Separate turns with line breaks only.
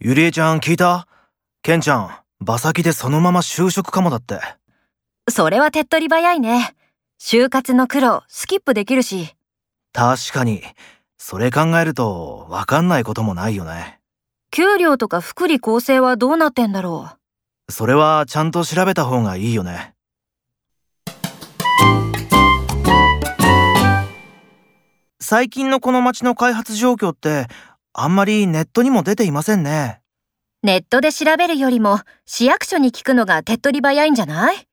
ゆりえちゃん聞いたケンちゃん、馬先でそのまま就職かもだって。
それは手っ取り早いね。就活の苦労、スキップできるし。
確かに、それ考えると、わかんないこともないよね。
給料とか福利厚生はどうなってんだろ
それはちゃんと調べた方がいいよね。最近のこの街の開発状況って、あんまりネットにも出ていませんね。
う。ネットで調べるよりも、市役所に聞くのが手っ取り早いんじゃない